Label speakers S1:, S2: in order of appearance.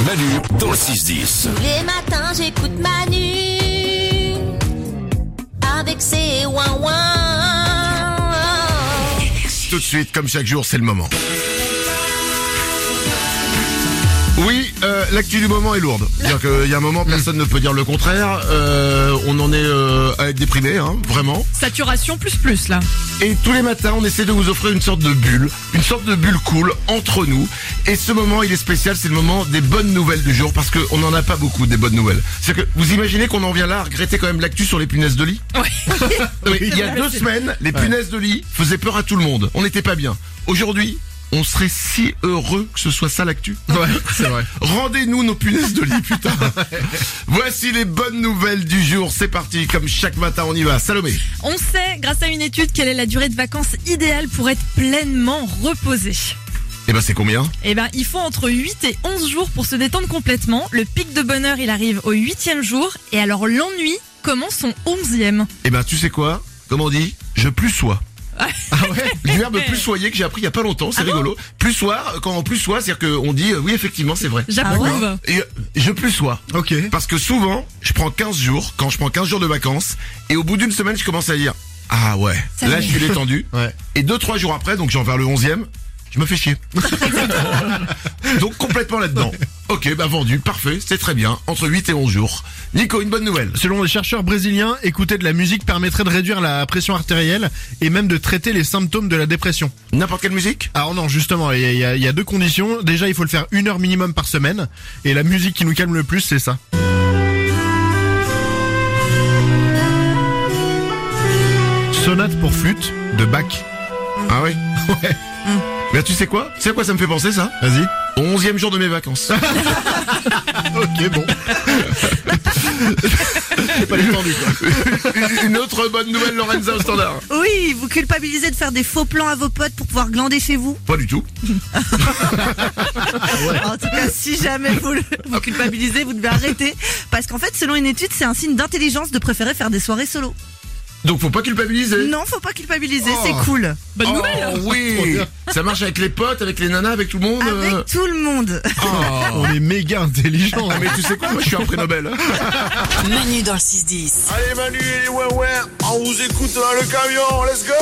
S1: Manu dans le 6-10.
S2: Tous les matins j'écoute Manu avec ses ouin ouin.
S3: Tout de suite, comme chaque jour, c'est le moment. Oui, euh, l'actu du moment est lourde. C'est-à-dire qu'il y a un moment, personne ne peut dire le contraire. Euh, on en est euh, à être déprimé, hein, vraiment.
S4: Saturation plus plus là.
S3: Et tous les matins, on essaie de vous offrir une sorte de bulle, une sorte de bulle cool entre nous. Et ce moment, il est spécial, c'est le moment des bonnes nouvelles du jour, parce qu'on n'en a pas beaucoup des bonnes nouvelles. C'est que vous imaginez qu'on en vient là à regretter quand même l'actu sur les punaises de lit Oui, Il y a deux semaines, les punaises de lit faisaient peur à tout le monde. On n'était pas bien. Aujourd'hui, on serait si heureux que ce soit ça l'actu.
S5: Ouais, c'est vrai.
S3: Rendez-nous nos punaises de lit, putain. Voici les bonnes nouvelles du jour. C'est parti. Comme chaque matin, on y va. Salomé.
S4: On sait, grâce à une étude, quelle est la durée de vacances idéale pour être pleinement reposé.
S3: Eh ben, c'est combien?
S4: Eh ben, il faut entre 8 et 11 jours pour se détendre complètement. Le pic de bonheur, il arrive au huitième jour. Et alors, l'ennui commence son onzième.
S3: Eh ben, tu sais quoi? Comment on dit? Je plus sois. Ah ouais Du verbe plus soyer que j'ai appris il y a pas longtemps,
S4: Ah
S3: c'est rigolo. Plus soir, quand on plus soie, c'est-à-dire qu'on dit euh, oui effectivement c'est vrai.
S4: J'approuve.
S3: Et euh, je plus sois.
S5: Ok.
S3: Parce que souvent, je prends 15 jours, quand je prends 15 jours de vacances, et au bout d'une semaine, je commence à dire, ah ouais,
S4: Ça
S3: là
S4: y est.
S3: je suis détendu.
S5: Ouais.
S3: Et deux, trois jours après, donc j'en vers le 11 e je me fais chier. donc complètement là-dedans. Ok, bah vendu, parfait, c'est très bien. Entre 8 et 11 jours. Nico, une bonne nouvelle.
S5: Selon les chercheurs brésiliens, écouter de la musique permettrait de réduire la pression artérielle et même de traiter les symptômes de la dépression.
S3: N'importe quelle musique
S5: Alors non, justement, il y a, il y a- il y a deux conditions. Déjà, il faut le faire une heure minimum par semaine. Et la musique qui nous calme le plus, c'est ça. Sonate pour flûte de Bach.
S3: Ah ouais
S5: Ouais,
S3: Mais tu sais quoi Tu sais à quoi ça me fait penser ça
S5: vas-y.
S3: Au 11 e jour de mes vacances.
S5: Ok, bon. pas détendu, quoi.
S3: Une- une autre bonne nouvelle, Lorenza au standard.
S6: Oui, vous culpabilisez de faire des faux plans à vos potes pour pouvoir glander chez vous.
S3: Pas du tout.
S6: En tout cas, si jamais vous, le- vous culpabilisez, vous devez arrêter. Parce qu'en fait, selon une étude, c'est un signe d'intelligence de préférer faire des soirées solo.
S3: Donc faut pas culpabiliser.
S6: Non, faut pas culpabiliser, c'est
S3: Oh.
S6: cool.
S4: Bonne
S3: Oh,
S4: nouvelle. hein.
S3: oui Ça marche avec les potes, avec les nanas, avec tout le
S4: Bah,
S3: monde euh. Oh.
S6: Avec tout le monde.
S5: On est méga intelligent.
S3: Ah, mais tu sais quoi, moi je suis un prix Nobel. hein.
S7: Manu dans le 6-10.
S8: Allez Manu et les ouais on vous écoute dans le camion, let's go